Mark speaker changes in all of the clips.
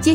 Speaker 1: 接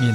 Speaker 2: 面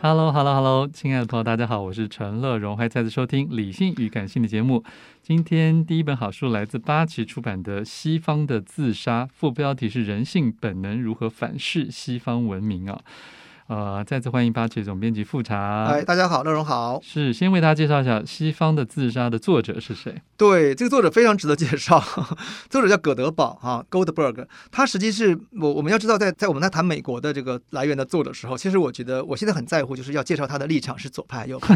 Speaker 3: h e l l o h e l l o h e l l o 亲爱的朋友，大家好，我是陈乐荣，欢迎再次收听《理性与感性》的节目。今天第一本好书来自八旗出版的《西方的自杀》，副标题是“人性本能如何反噬西方文明”啊。呃，再次欢迎八旗总编辑富察。
Speaker 4: 哎，大家好，乐荣好。
Speaker 3: 是，先为大家介绍一下《西方的自杀》的作者是谁。
Speaker 4: 对，这个作者非常值得介绍， 作者叫葛德堡啊，Goldberg。他实际是我我们要知道在，在我们在谈美国的这个来源的作者时候，其实我觉得我现在很在乎，就是要介绍他的立场是左派右派，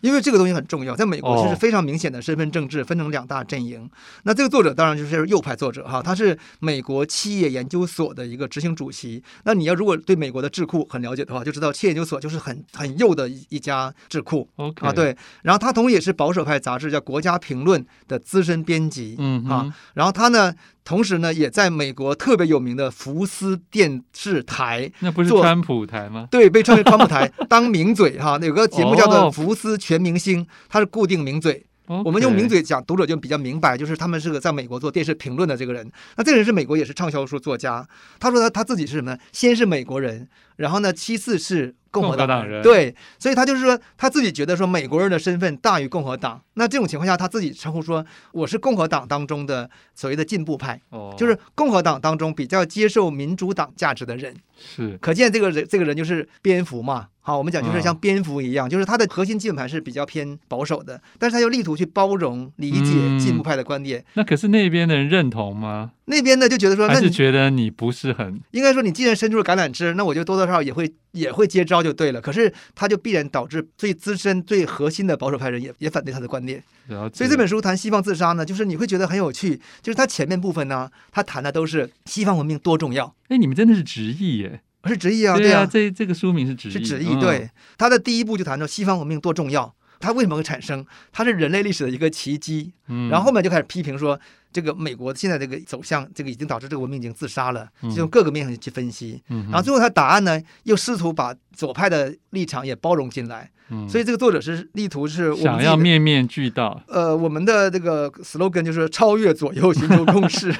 Speaker 4: 因为这个东西很重要。在美国，
Speaker 3: 哦
Speaker 4: 这是非常明显的身份政治，分成两大阵营。那这个作者当然就是右派作者哈，他是美国企业研究所的一个执行主席。那你要如果对美国的智库很了解的话，就知道企业研究所就是很很右的一一家智库。
Speaker 3: OK
Speaker 4: 啊，，对，然后他同时也是保守派杂志叫《国家评论》的资深编辑，
Speaker 3: 嗯哼
Speaker 4: 啊，然后他呢，同时呢也在美国特别有名的福斯电视台。
Speaker 3: 那不是
Speaker 4: 作
Speaker 3: 川普台吗？
Speaker 4: 对，被称为川普 台当名嘴哈，有个节目叫
Speaker 3: 哦
Speaker 4: 做《福斯全明星》，他是固定名嘴。我们用名嘴讲，读者就比较明白，就是他们是个在美国做电视评论的这个人。那这个人是美国也是畅销书作家，他说他他自己是什么呢？先是美国人，然后呢，其次是共和
Speaker 3: 共和
Speaker 4: 党
Speaker 3: 党人
Speaker 4: 对，所以他就是说他自己觉得说美国人的身份大于共和党。那这种情况下，他自己称呼说我是共和党当中的所谓的进步派，
Speaker 3: 哦，
Speaker 4: 就是共和党当中比较接受民主党价值的人。
Speaker 3: 是
Speaker 4: 可见这个人这个人就是蝙蝠嘛。好，我们讲就是
Speaker 3: 嗯
Speaker 4: 像蝙蝠一样，就是他的核心基本盘是比较偏保守的，但是他又力图去包容、理解
Speaker 3: 嗯
Speaker 4: 进步派的观点。
Speaker 3: 那可是那边的人认同吗？
Speaker 4: 那边呢就觉得说，
Speaker 3: 还
Speaker 4: 那
Speaker 3: 是
Speaker 4: 你
Speaker 3: 觉得你不是很
Speaker 4: 应该说你既然伸出了橄榄枝，那我就多多少少也会也会接招就对了。可是他就必然导致最资深、最核心的保守派人也也反对他的观点。
Speaker 3: 了解？
Speaker 4: 所以这本书谈西方自杀呢，就是你会觉得很有趣，就是他前面部分呢，他谈的都是西方文明多重要，
Speaker 3: 哎，你们真的是直译耶？
Speaker 4: 是直译啊，
Speaker 3: 对
Speaker 4: 对啊，
Speaker 3: 这这个书名是直译，
Speaker 4: 是旨意。
Speaker 3: 嗯
Speaker 4: 对，他的第一步就谈到西方文明多重要，它为什么会产生？它是人类历史的一个奇迹。
Speaker 3: 嗯，
Speaker 4: 然后后面就开始批评说，这个美国现在这个走向，这个已经导致这个文明已经自杀了，就从各个面上去分析。
Speaker 3: 嗯嗯哼，
Speaker 4: 然后最后他答案呢，又试图把左派的立场也包容进来。
Speaker 3: 嗯
Speaker 4: 所以这个作者是力图是我们
Speaker 3: 想
Speaker 4: 自己
Speaker 3: 要
Speaker 4: 的。
Speaker 3: 面面俱到，
Speaker 4: 呃，我们的这个 slogan 就是超越左右，寻求共 识。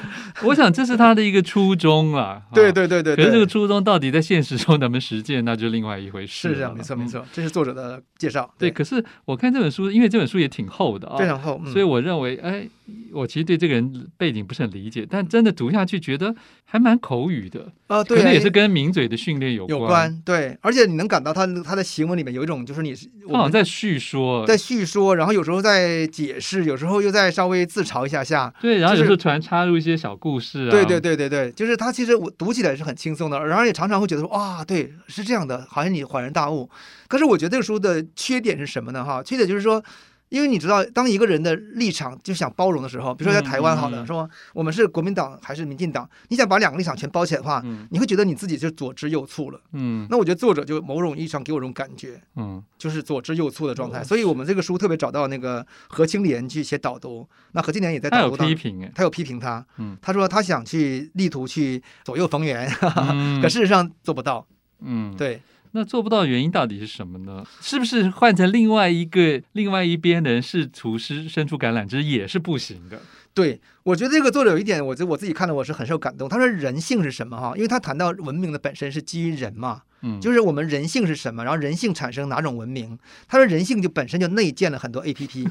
Speaker 3: 我想这是他的一个初衷啦。啊
Speaker 4: 对。对对对
Speaker 3: 可是这个
Speaker 4: 对，
Speaker 3: 初衷到底在现实中能不能实践，那就另外一回事
Speaker 4: 是
Speaker 3: 了。
Speaker 4: 这样，没错
Speaker 3: 嗯
Speaker 4: 没。错，这是作者的介绍。
Speaker 3: 对，可是我看这本书，因为这本书也挺厚的啊，
Speaker 4: 非常厚，嗯
Speaker 3: 所以我认为，哎，我其实对这个人背景不是很理解，但真的读下去觉得还蛮口语的，可
Speaker 4: 啊，对啊，
Speaker 3: 能也
Speaker 4: 因
Speaker 3: 是跟名嘴的训练有
Speaker 4: 有
Speaker 3: 关。
Speaker 4: 关，对，而且你能感到他他的行文里面有一种就是你
Speaker 3: 他
Speaker 4: 是
Speaker 3: 好
Speaker 4: 我
Speaker 3: 像
Speaker 4: 们
Speaker 3: 在叙说，
Speaker 4: 在叙说，然后有时候在解释，有时候又在稍微自嘲一下下。
Speaker 3: 对，然后有
Speaker 4: 就是
Speaker 3: 时候突然插入一些小故事啊，
Speaker 4: 对对对对对，就是他其实我读起来是很轻松的，然后也常常会觉得说哇，对，是这样的，好像你恍然大悟。可是我觉得这个书的缺点是什么呢？哈，缺点就是说。因为你知道，当一个人的立场就想包容的时候，比如说在台湾好
Speaker 3: 嗯
Speaker 4: 了，
Speaker 3: 嗯嗯
Speaker 4: 说我们是国民党还是民进党，你想把两个立场全包起来的话，
Speaker 3: 嗯
Speaker 4: 你会觉得你自己就左支右绌了。
Speaker 3: 嗯
Speaker 4: 那我觉得作者就某种意义上给我这种感觉，
Speaker 3: 嗯，
Speaker 4: 就是左支右绌的状态，
Speaker 3: 哦
Speaker 4: 所以我们这个书特别找到那个何清莲去写导读，那何清莲也在
Speaker 3: 他
Speaker 4: 导
Speaker 3: 有
Speaker 4: 读当
Speaker 3: 批
Speaker 4: 中，
Speaker 3: 评哎，
Speaker 4: 他有批评他，
Speaker 3: 嗯，
Speaker 4: 他说他想去力图去左右逢源，哈哈，
Speaker 3: 嗯
Speaker 4: 可事实上做不到，
Speaker 3: 嗯，
Speaker 4: 对，
Speaker 3: 那做不到的原因到底是什么呢？是不是换成另外一个另外一边的人是厨师，伸出橄榄枝也是不行的？
Speaker 4: 对，我觉得这个作者有一点，我觉得我自己看了我是很受感动。他说人性是什么哈？因为他谈到文明的本身是基于人嘛，
Speaker 3: 嗯，
Speaker 4: 就是我们人性是什么，然后人性产生哪种文明。他说人性就本身就内建了很多 A P P，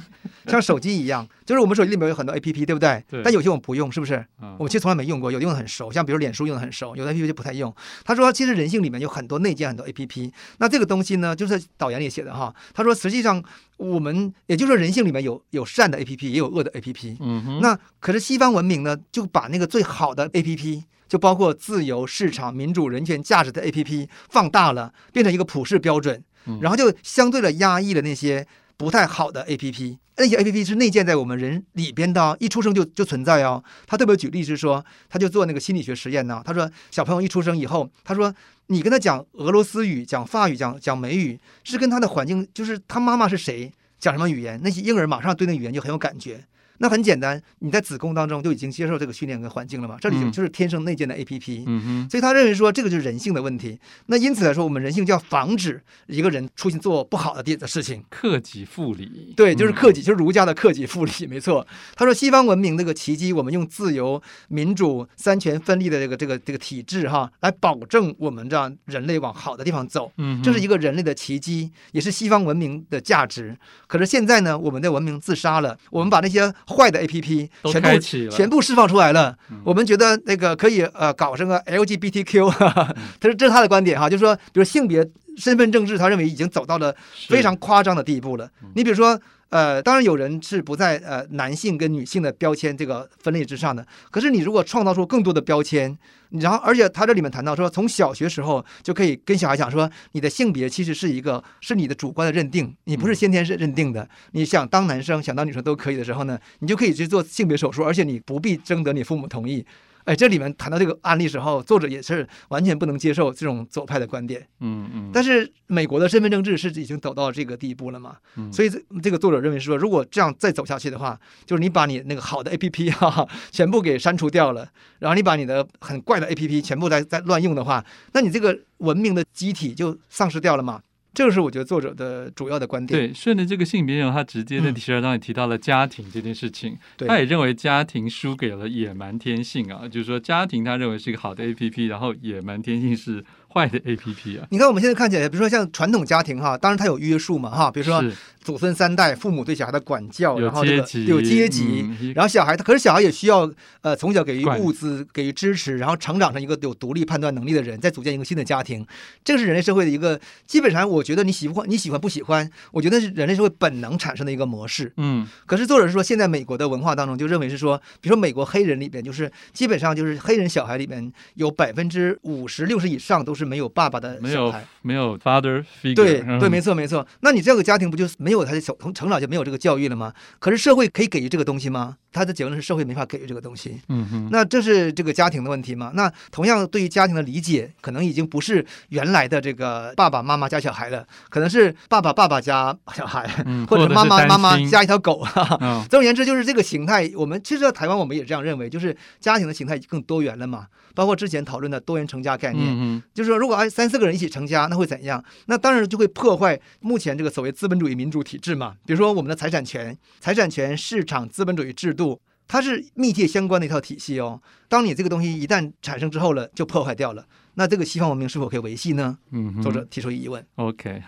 Speaker 4: 像手机一样， 就是我们手机里面有很多 A P P，对不对？
Speaker 3: 对
Speaker 4: 但有些我们不用，是不是？
Speaker 3: 嗯
Speaker 4: 我其实从来没用过，有的用的很熟，像比如脸书用的很熟，有的 A P P 就不太用。他说，其实人性里面有很多内建很多 A P P，那这个东西呢，就是导演里写的哈。他说，实际上我们也就是说人性里面有有善的 A P P，也有恶的 A P P。
Speaker 3: 嗯哼，
Speaker 4: 那可是西方文明呢，就把那个最好的 A P P，就包括自由、市场、民主、人权、价值的 A P P 放大了，变成一个普世标准
Speaker 3: 嗯，
Speaker 4: 然后就相对的压抑了那些不太好的 A P P。那些 A P P 是内建在我们人里边的哦，一出生就就存在哦。他特别举例是说，他就做那个心理学实验呢、他说小朋友一出生以后，他说你跟他讲俄罗斯语、讲法语、讲讲美语，是跟他的环境，就是他妈妈是谁，讲什么语言，那些婴儿马上对那语言就很有感觉。那很简单，你在子宫当中就已经接受这个训练跟环境了嘛，这里就
Speaker 3: 嗯
Speaker 4: 就是天生内建的 A P P。
Speaker 3: 嗯哼，
Speaker 4: 所以他认为说这个就是人性的问题。那因此来说，我们人性就要防止一个人出现做不好的地的事情。
Speaker 3: 克己复礼，
Speaker 4: 对，就是
Speaker 3: 嗯
Speaker 4: 克己，就是儒家的克己复礼，没错。他说西方文明这个奇迹，我们用自由、民主、三权分立的这个这个这个体制哈，来保证我们让人类往好的地方走。
Speaker 3: 嗯哼，
Speaker 4: 这是一个人类的奇迹，也是西方文明的价值。可是现在呢，我们的文明自杀了，我们把那些坏的 A P P
Speaker 3: 嗯都
Speaker 4: 全
Speaker 3: 开
Speaker 4: 部
Speaker 3: 启了
Speaker 4: 全部释放出来了
Speaker 3: 嗯。
Speaker 4: 我们觉得那个可以呃搞这个 L G B T Q，哈
Speaker 3: 嗯
Speaker 4: 哈，这是这是 他的观点哈，就是说，比如性别、身份政治，他认为已经走到了
Speaker 3: 是
Speaker 4: 非常夸张的地步了。你比如说，呃，当然有人是不在呃男性跟女性的标签这个分类之上的，可是你如果创造出更多的标签，你然后而且他这里面谈到说，从小学时候就可以跟小孩讲说，你的性别其实是一个是你的主观的认定，你不是先天是认定的，你想当男生想当女生都可以的时候呢，你就可以去做性别手术，而且你不必征得你父母同意。哎，这里面谈到这个案例时候，作者也是完全不能接受这种左派的观点。
Speaker 3: 嗯嗯，
Speaker 4: 但是美国的身份政治是已经走到这个地步了嘛？
Speaker 3: 嗯
Speaker 4: 所以这这个作者认为是说，如果这样再走下去的话，就是你把你那个好的 A P P 哈、 哈全部给删除掉了，然后你把你的很怪的 A P P 全部在在乱用的话，那你这个文明的机体就丧失掉了嘛？这个是我觉得作者的主要的观点。
Speaker 3: 对，顺着这个性别人，他直接在
Speaker 4: 嗯
Speaker 3: 第十二章也提到了家庭这件事情。
Speaker 4: 对
Speaker 3: 他也认为家庭输给了野蛮天性啊，就是说家庭他认为是一个好的 A P P，然后野蛮天性是坏的 A P P 啊。
Speaker 4: 你看我们现在看起来，比如说像传统家庭哈，当然它有约束嘛哈，比如说
Speaker 3: 是
Speaker 4: 祖孙三代，父母对小孩的管教，
Speaker 3: 有
Speaker 4: 然后这
Speaker 3: 阶
Speaker 4: 个
Speaker 3: 级，
Speaker 4: 有阶级，
Speaker 3: 嗯
Speaker 4: 然后小孩，他可是小孩也需要呃从小给予
Speaker 3: 管
Speaker 4: 物资、给予支持，然后成长成一个有独立判断能力的人，再组建一个新的家庭。这个是人类社会的一个基本上，我觉得你喜欢你喜欢不喜欢，我觉得是人类社会本能产生的一个模式。
Speaker 3: 嗯，
Speaker 4: 可是作者是说，现在美国的文化当中就认为是说，比如说美国黑人里边，就是基本上就是黑人小孩里面有百分之五十六十以上都是没有爸爸的
Speaker 3: 没
Speaker 4: 小
Speaker 3: 有
Speaker 4: 孩。
Speaker 3: 没有 father figure，
Speaker 4: 对
Speaker 3: 嗯
Speaker 4: 对，没错没错。那你这个家庭不就没有他的小从成长就没有这个教育了吗？可是社会可以给予这个东西吗？他的结论是社会没法给予这个东西。
Speaker 3: 嗯哼，
Speaker 4: 那这是这个家庭的问题嘛？那同样对于家庭的理解，可能已经不是原来的这个爸爸妈妈加小孩了，可能是爸爸爸爸加小孩，
Speaker 3: 嗯
Speaker 4: 或者是妈妈妈妈，
Speaker 3: 是担心
Speaker 4: 加一条狗。哈哈
Speaker 3: 嗯
Speaker 4: 总而言之，就是这个形态，我们其实在台湾我们也这样认为，就是家庭的形态更多元了嘛。包括之前讨论的多元成家概念，
Speaker 3: 嗯
Speaker 4: 就是说，如果哎三四个人一起成家，那会怎样？那当然就会破坏目前这个所谓资本主义民主体制嘛。比如说我们的财产权、财产权、市场资本主义制度，它是密切相关的一套体系哦。当你这个东西一旦产生之后了，就破坏掉了。那这个西方文明是否可以维系呢？
Speaker 3: 嗯哼，
Speaker 4: 作者提出疑问。
Speaker 3: OK，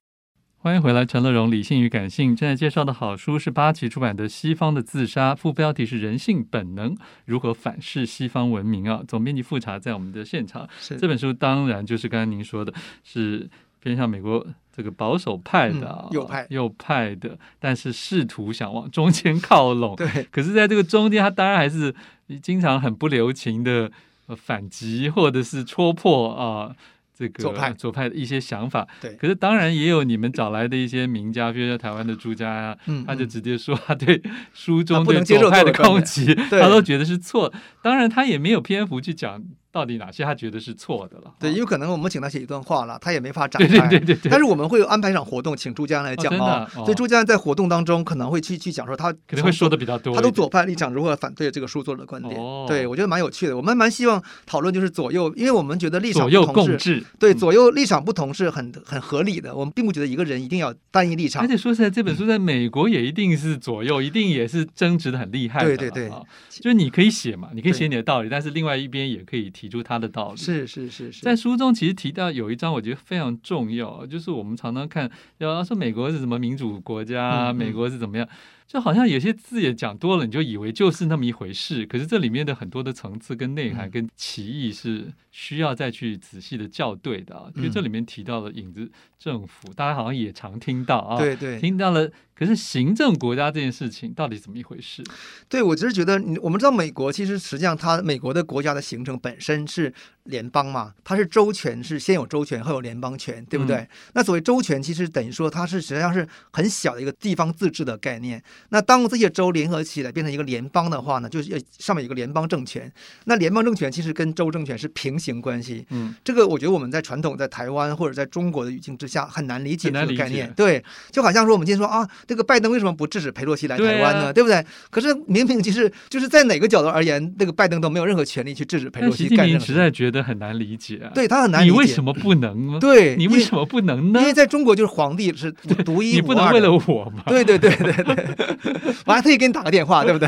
Speaker 3: 欢迎回来，陈乐荣，理性与感性。正在介绍的好书是八旗出版的《西方的自杀》，副标题是“人性本能如何反噬西方文明”啊。总编辑富察在我们的现 场。
Speaker 4: 是
Speaker 3: 这本书当然就是刚才您说的，是偏向美国这个保守派的、啊
Speaker 4: 嗯右派
Speaker 3: 右派的，但是试图想往中间靠 拢。
Speaker 4: 对
Speaker 3: 可是在这个中间，他当然还是经常很不留情的、呃、反击，或者是戳破啊、这个
Speaker 4: 左派
Speaker 3: 左派的一些想法。
Speaker 4: 对
Speaker 3: 可是当然也有你们找来的一些名家，比如说台湾的朱家呀、
Speaker 4: 嗯
Speaker 3: 他就
Speaker 4: 嗯
Speaker 3: 直接说他对书
Speaker 4: 他
Speaker 3: 中
Speaker 4: 不
Speaker 3: 对
Speaker 4: 能接受
Speaker 3: 左派
Speaker 4: 这
Speaker 3: 的
Speaker 4: 个观
Speaker 3: 攻
Speaker 4: 点
Speaker 3: 击，
Speaker 4: 对
Speaker 3: 他都觉得是错。当然他也没有篇幅去讲到底哪些他觉得是错的了。
Speaker 4: 对，
Speaker 3: 哦
Speaker 4: 有可能我们请他写一段话了，他也没法展
Speaker 3: 对
Speaker 4: 开。
Speaker 3: 对对对对，
Speaker 4: 但是我们会安排一场活动，请朱家安来讲
Speaker 3: 哦真的啊哦
Speaker 4: 所以朱家安在活动当中可能会去去讲说他
Speaker 3: 可能会说的比较多一
Speaker 4: 他
Speaker 3: 点，
Speaker 4: 都左派立场如何反对这个书作者的观点。
Speaker 3: 哦
Speaker 4: 对我觉得蛮有趣的，我们蛮希望讨论就是左右，因为我们觉得立场
Speaker 3: 左
Speaker 4: 不
Speaker 3: 右
Speaker 4: 同是
Speaker 3: 共治，
Speaker 4: 对
Speaker 3: 嗯
Speaker 4: 左右立场不同是很很合理的，我们并不觉得一个人一定要单一立场
Speaker 3: 而。且说实在，这本书在美国也一定是左右，一定也是争执的很厉害的啦。
Speaker 4: 对对对
Speaker 3: 啊就是你可以写嘛，你可以写你的道理，但是另外一边也可以提出他的道理。
Speaker 4: 是是是是，
Speaker 3: 在书中其实提到有一章，我觉得非常重要，就是我们常常看，然后说美国是什么民主国家，
Speaker 4: 嗯嗯
Speaker 3: 美国是怎么样，就好像有些字也讲多了，你就以为就是那么一回事。可是这里面的很多的层次跟内涵
Speaker 4: 嗯
Speaker 3: 跟歧义是需要再去仔细的校对的啊。因为
Speaker 4: 嗯
Speaker 3: 这里面提到了影子政府，大家好像也常听到啊，
Speaker 4: 对对
Speaker 3: 听到了。可是行政国家这件事情到底怎么一回事？
Speaker 4: 对，我只是觉得你，我们知道美国其实实际上它美国的国家的形成本身是联邦嘛，它是州权，是先有州权后有联邦权，对不对？
Speaker 3: 嗯
Speaker 4: 那所谓州权，其实等于说它是实际上是很小的一个地方自治的概念。那当这些州联合起来变成一个联邦的话呢，就是要上面有一个联邦政权。那联邦政权其实跟州政权是平行关系，
Speaker 3: 嗯，
Speaker 4: 这个我觉得我们在传统在台湾或者在中国的语境之下很难理解
Speaker 3: 很
Speaker 4: 这
Speaker 3: 难
Speaker 4: 个概
Speaker 3: 理
Speaker 4: 念
Speaker 3: 解。
Speaker 4: 对，就好像说我们今天说啊，这个拜登为什么不制止佩洛西来台湾
Speaker 3: 嗯
Speaker 4: 呢？对不对？可是明明其实就是在哪个角度而言，那个拜登都没有任何权利去制止佩
Speaker 3: 但
Speaker 4: 洛
Speaker 3: 习
Speaker 4: 西
Speaker 3: 近
Speaker 4: 干任
Speaker 3: 平
Speaker 4: 何
Speaker 3: 实
Speaker 4: 事。
Speaker 3: 在觉得很难理解啊。，
Speaker 4: 对他很难理
Speaker 3: 你
Speaker 4: 解。
Speaker 3: 为什？么不能呢？
Speaker 4: 对，
Speaker 3: 你为什么不能呢
Speaker 4: 因？为？因为在中国就是皇帝是独一
Speaker 3: 你
Speaker 4: 无
Speaker 3: 不能
Speaker 4: 二
Speaker 3: 为
Speaker 4: 的。
Speaker 3: 了我嘛？
Speaker 4: 对对对对对，我还特意给你打个电话，对不对？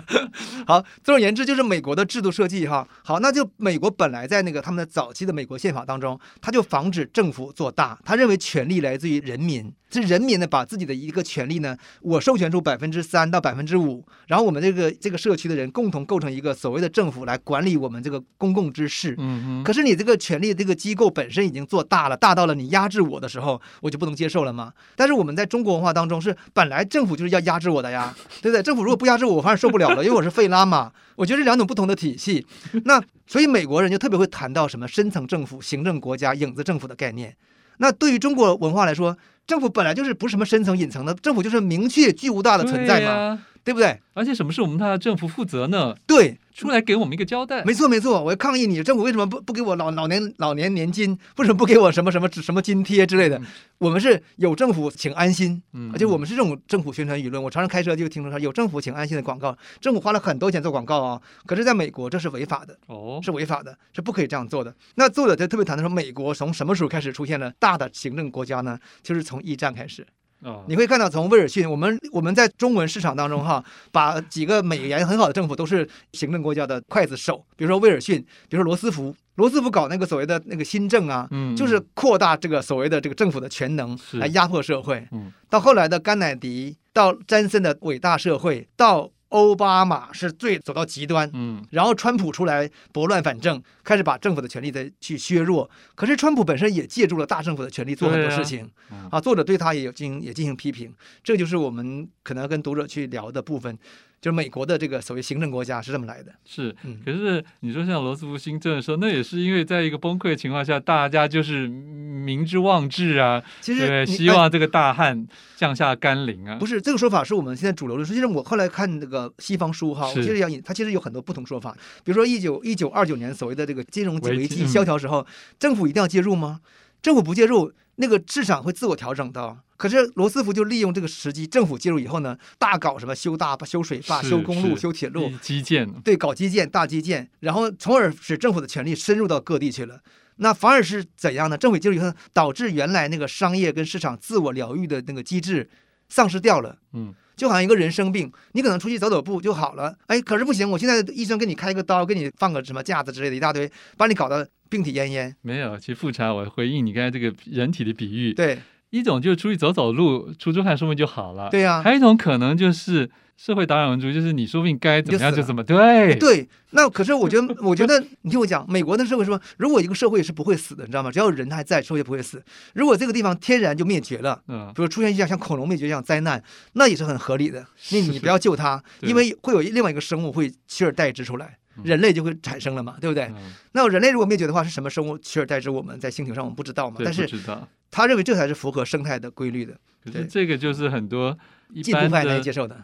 Speaker 4: 好，总而言之，就是美国的制度设计哈。好，那就美国本来在那个他们的早期的美国宪法当中，他就防止政府做大，他认为权力来自于人民，是人民呢把自己的一个权利呢，我授权出百分之三到百分之五，然后我们这个这个社区的人共同构成一个所谓的政府来管理我们这个公共之事。
Speaker 3: 嗯哼，
Speaker 4: 可是你这个权力这个机构本身已经做大了，大到了你压制我的时候，我就不能接受了吗？但是我们在中国文化当中是本来政府就是要压制我的呀， 对不对？政府如果不压制我，我反而受不了了，因为我是费拉嘛。我觉得这两种不同的体系，那所以美国人就特别会谈到什么深层政府、行政国家、影子政府的概念。那对于中国文化来说，政府本来就是不是什么深层隐层的，政府就是明确巨无大的存在
Speaker 3: 对
Speaker 4: 嘛，
Speaker 3: 呀
Speaker 4: 对不对？
Speaker 3: 而且什么是我们他的政府负责呢？
Speaker 4: 对，
Speaker 3: 出来给我们一个交代。
Speaker 4: 没错没错，我要抗议你，政府为什么不不给我老老年老年年金，为什么不给我什么什么什么津贴之类的
Speaker 3: 嗯？
Speaker 4: 我们是有政府，请安心，
Speaker 3: 嗯，
Speaker 4: 而且我们是这种政府宣传舆论。我常常开车就听说说有政府请安心的广告，政府花了很多钱做广告啊、可是在美国这是违法的，
Speaker 3: 哦，
Speaker 4: 是违法的，是不可以这样做的。那作者就特别谈到说，美国从什么时候开始出现了大的行政国家呢？就是从一战开始。
Speaker 3: 哦
Speaker 4: 你会看到，从威尔逊，我们我们在中文市场当中哈，把几个美元很好的政府都是行政国家的刽子手，比如说威尔逊，比如说罗斯福，罗斯福搞那个所谓的那个新政啊，
Speaker 3: 嗯
Speaker 4: 就是扩大这个所谓的这个政府的全能
Speaker 3: 是
Speaker 4: 来压迫社会。
Speaker 3: 嗯，
Speaker 4: 到后来的甘乃迪，到詹森的伟大社会，到奥巴马是最走到极端，
Speaker 3: 嗯，
Speaker 4: 然后川普出来拨乱反正，开始把政府的权力再去削弱。可是川普本身也借助了大政府的权力做很多
Speaker 3: 对啊
Speaker 4: 事情
Speaker 3: 嗯
Speaker 4: 啊作者对他也有进行也进行批评，这就是我们可能要跟读者去聊的部分，就是美国的这个所谓行政国家是这么来的。
Speaker 3: 是。
Speaker 4: 嗯，
Speaker 3: 可是你说像罗斯福新政的时候，那也是因为在一个崩溃的情况下，大家就是明之望志啊，
Speaker 4: 其
Speaker 3: 对不
Speaker 4: 实
Speaker 3: 对，
Speaker 4: 你哎
Speaker 3: 希望这个大旱降下甘霖啊。
Speaker 4: 不
Speaker 3: 是，
Speaker 4: 是这个说法是我们现在主流的说。其实我后来看那个西方书哈，我
Speaker 3: 是
Speaker 4: 其实要引，它其实有很多不同说法。比如说一九一九二九年所谓的这个金融
Speaker 3: 危
Speaker 4: 危
Speaker 3: 机
Speaker 4: 机
Speaker 3: 嗯
Speaker 4: 萧条时候，政府一定要介入吗？政府不介入，那个市场会自我调整的。可是罗斯福就利用这个时机，政府介入以后呢，大搞什么修大坝、修水坝、
Speaker 3: 是
Speaker 4: 修公路、
Speaker 3: 是
Speaker 4: 修铁路，
Speaker 3: 基建，
Speaker 4: 对，搞基建、大基建，然后从而使政府的权力深入到各地去了。那反而是怎样呢？政府介入以后，导致原来那个商业跟市场自我疗愈的那个机制丧失掉了。
Speaker 3: 嗯，
Speaker 4: 就好像一个人生病，你可能出去走走步就好了，哎，可是不行，我现在医生给你开个刀，给你放个什么架子之类的一大堆，把你搞得病体奄奄。
Speaker 3: 没有。其实复查，我回应你刚才这个人体的比喻，
Speaker 4: 对
Speaker 3: 一种就是出去走走路，出出汗，说不定就好了。
Speaker 4: 对呀、
Speaker 3: 还有一种可能就是社会达尔文主义，就是你说不定该怎么样
Speaker 4: 你
Speaker 3: 就
Speaker 4: 就死
Speaker 3: 怎么对
Speaker 4: 对，那可是我觉得，我觉得你听我讲，美国的社会说，如果一个社会是不会死的，你知道吗？只要人还在，社会就不会死。如果这个地方天然就灭绝了。
Speaker 3: 嗯，
Speaker 4: 比如出现像像恐龙灭绝这样灾难，那也是很 合理的。你你不要救它，
Speaker 3: 对
Speaker 4: 因为会有另外一个生物会取而代之出来
Speaker 3: 嗯，
Speaker 4: 人类就会产生了嘛，对不对？
Speaker 3: 嗯
Speaker 4: 那人类如果灭绝的话，是什么生物取而代之？我们在星球上我们不知道嘛。
Speaker 3: 对
Speaker 4: 但
Speaker 3: 不
Speaker 4: 是
Speaker 3: 知道，
Speaker 4: 他认为这才是符合生态的规律的，
Speaker 3: 可是
Speaker 4: 对
Speaker 3: 这个就是很多一
Speaker 4: 进
Speaker 3: 般
Speaker 4: 步派难以
Speaker 3: 的啊
Speaker 4: 接，受的。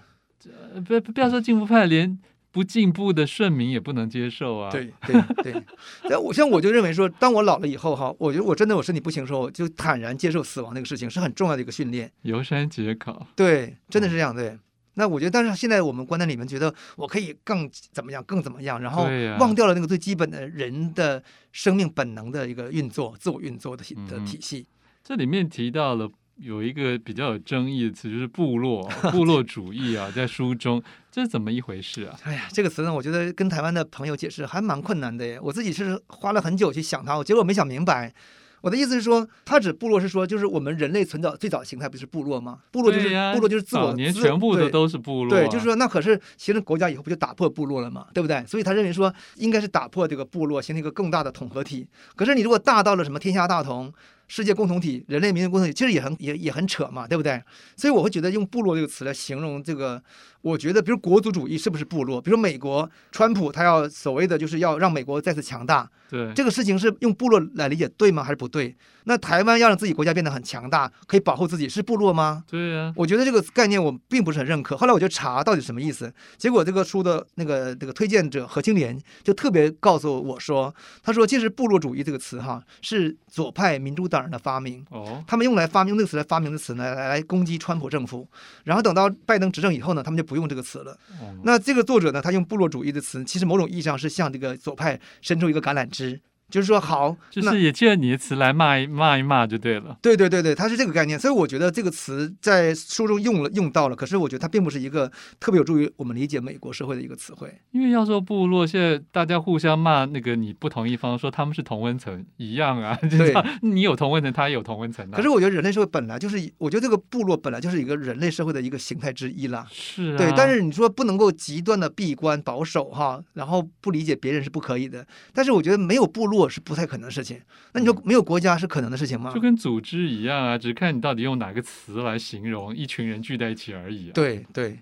Speaker 3: 呃不不不要说进步派，连不进步的顺民也不能接受啊。
Speaker 4: 对对对，但我像我就认为说，当我老了以后哈，我觉得我真的我身体不行的时候，我就坦然接受死亡这个事情，是很重要的一个训练。
Speaker 3: 游山解考，
Speaker 4: 对，真
Speaker 3: 嗯
Speaker 4: 的是这样。对，那我觉得，但是现在我们观念里面觉得我可以更怎么样，更怎么样，然后
Speaker 3: 对呀
Speaker 4: 忘掉了那个最基本的人的生命本能的一个运作、自我运作的体的
Speaker 3: 嗯
Speaker 4: 体系。
Speaker 3: 这里面提到了有一个比较有争议的词，就是部 落部落主义啊，在书中这是怎么一回事啊？
Speaker 4: 哎呀，这个词呢，我觉得跟台湾的朋友解释还蛮困难的耶。我自己是花了很久去想它，我结果没想明白。我的意思是说，它指部落是说，就是我们人类存早最早形态不是部落吗？部落就是、
Speaker 3: 对呀
Speaker 4: 部落就是自我
Speaker 3: 早年
Speaker 4: 自
Speaker 3: 全部的
Speaker 4: 对
Speaker 3: 都是部落啊、
Speaker 4: 对，就是说，那可是形成国家以后不就打破部落了嘛，对不对？所以他认为说，应该是打破这个部落，形成一个更大的统合体。可是你如果大到了什么天下大同、世界共同体、人类民族共同体，其实也很也也很扯嘛，对不对？所以我会觉得用部落这个词来形容这个，我觉得比如国族主义是不是部落？比如美国川普他要所谓的就是要让美国再次强大，
Speaker 3: 对
Speaker 4: 这个事情是用部落来理解对吗？还是不对？那台湾要让自己国家变得很强大，可以保护自己，是部落吗？
Speaker 3: 对啊，
Speaker 4: 我觉得这个概念我并不是很认可。后来我就查到底什么意思，结果这个书的那个那个推荐者何清莲就特别告诉我说，他说其实部落主义这个词哈是左派民主党人的发明。
Speaker 3: 哦，
Speaker 4: 他们用来发明这个词来发明的词呢，来来攻击川普政府。然后等到拜登执政以后呢，他们就不用这个词了。
Speaker 3: 哦
Speaker 4: 那这个作者呢，他用部落主义的词，其实某种意义上是向这个左派伸出一个橄榄枝，就是说好，
Speaker 3: 就
Speaker 4: 那
Speaker 3: 是也借你的词来骂一骂一骂就对了。
Speaker 4: 对对对对，它是这个概念，所以我觉得这个词在书中用了用到了，可是我觉得它并不是一个特别有助于我们理解美国社会的一个词汇。
Speaker 3: 因为要说部落，现在大家互相骂那个你不同一方，说他们是同温层一样啊，就是
Speaker 4: 对
Speaker 3: 他 你有同温层，他也有同温层啊。
Speaker 4: 可是我觉得人类社会本来就是，我觉得这个部落本来就是一个人类社会的一个形态之一啦。
Speaker 3: 是啊，
Speaker 4: 对，但是你说不能够极端的闭关保守哈，然后不理解别人是不可以的。但是我觉得没有部落是不太可能的事情。那你说没有国家是可能的事情吗
Speaker 3: 嗯就？跟组织一样啊，只看你到底用哪个词来形容一群人聚在一起而已、啊。，
Speaker 4: 对对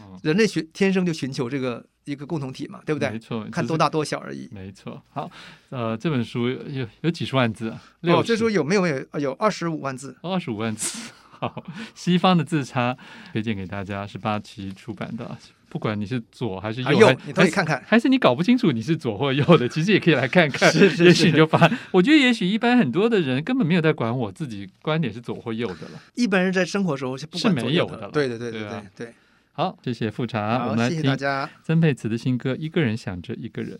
Speaker 3: 嗯，
Speaker 4: 人类寻天生就寻求这个一个共同体嘛，对不
Speaker 3: 没
Speaker 4: 对？
Speaker 3: 错，就
Speaker 4: 看
Speaker 3: 是
Speaker 4: 多大多小而已。
Speaker 3: 没错，好，呃，这本书有有几十万字啊，
Speaker 4: 哦，
Speaker 3: 六
Speaker 4: 这
Speaker 3: 十、
Speaker 4: 书有没有有有二十五万字？
Speaker 3: 二十五万字。好，西方的自杀推荐给大家是八旗出版的，不管你是左还是右，
Speaker 4: 还有
Speaker 3: 还
Speaker 4: 啊你都可以
Speaker 3: 还
Speaker 4: 看看。
Speaker 3: 还是你搞不清楚你是左或右的，其实也可以来看看，
Speaker 4: 是是
Speaker 3: 也许你
Speaker 4: 是
Speaker 3: 就发。我觉得也许一般很多的人根本没有在管我自己观点是左或右的了。
Speaker 4: 一般人在生活时候是不
Speaker 3: 是
Speaker 4: 管
Speaker 3: 没
Speaker 4: 左
Speaker 3: 有
Speaker 4: 右
Speaker 3: 的了
Speaker 4: 对对对
Speaker 3: 对
Speaker 4: 对
Speaker 3: 啊
Speaker 4: 对对。
Speaker 3: 好，谢谢富察，我
Speaker 4: 好，
Speaker 3: 们来
Speaker 4: 谢谢
Speaker 3: 听
Speaker 4: 大家。
Speaker 3: 曾沛慈的新歌《一个人想着一个人》。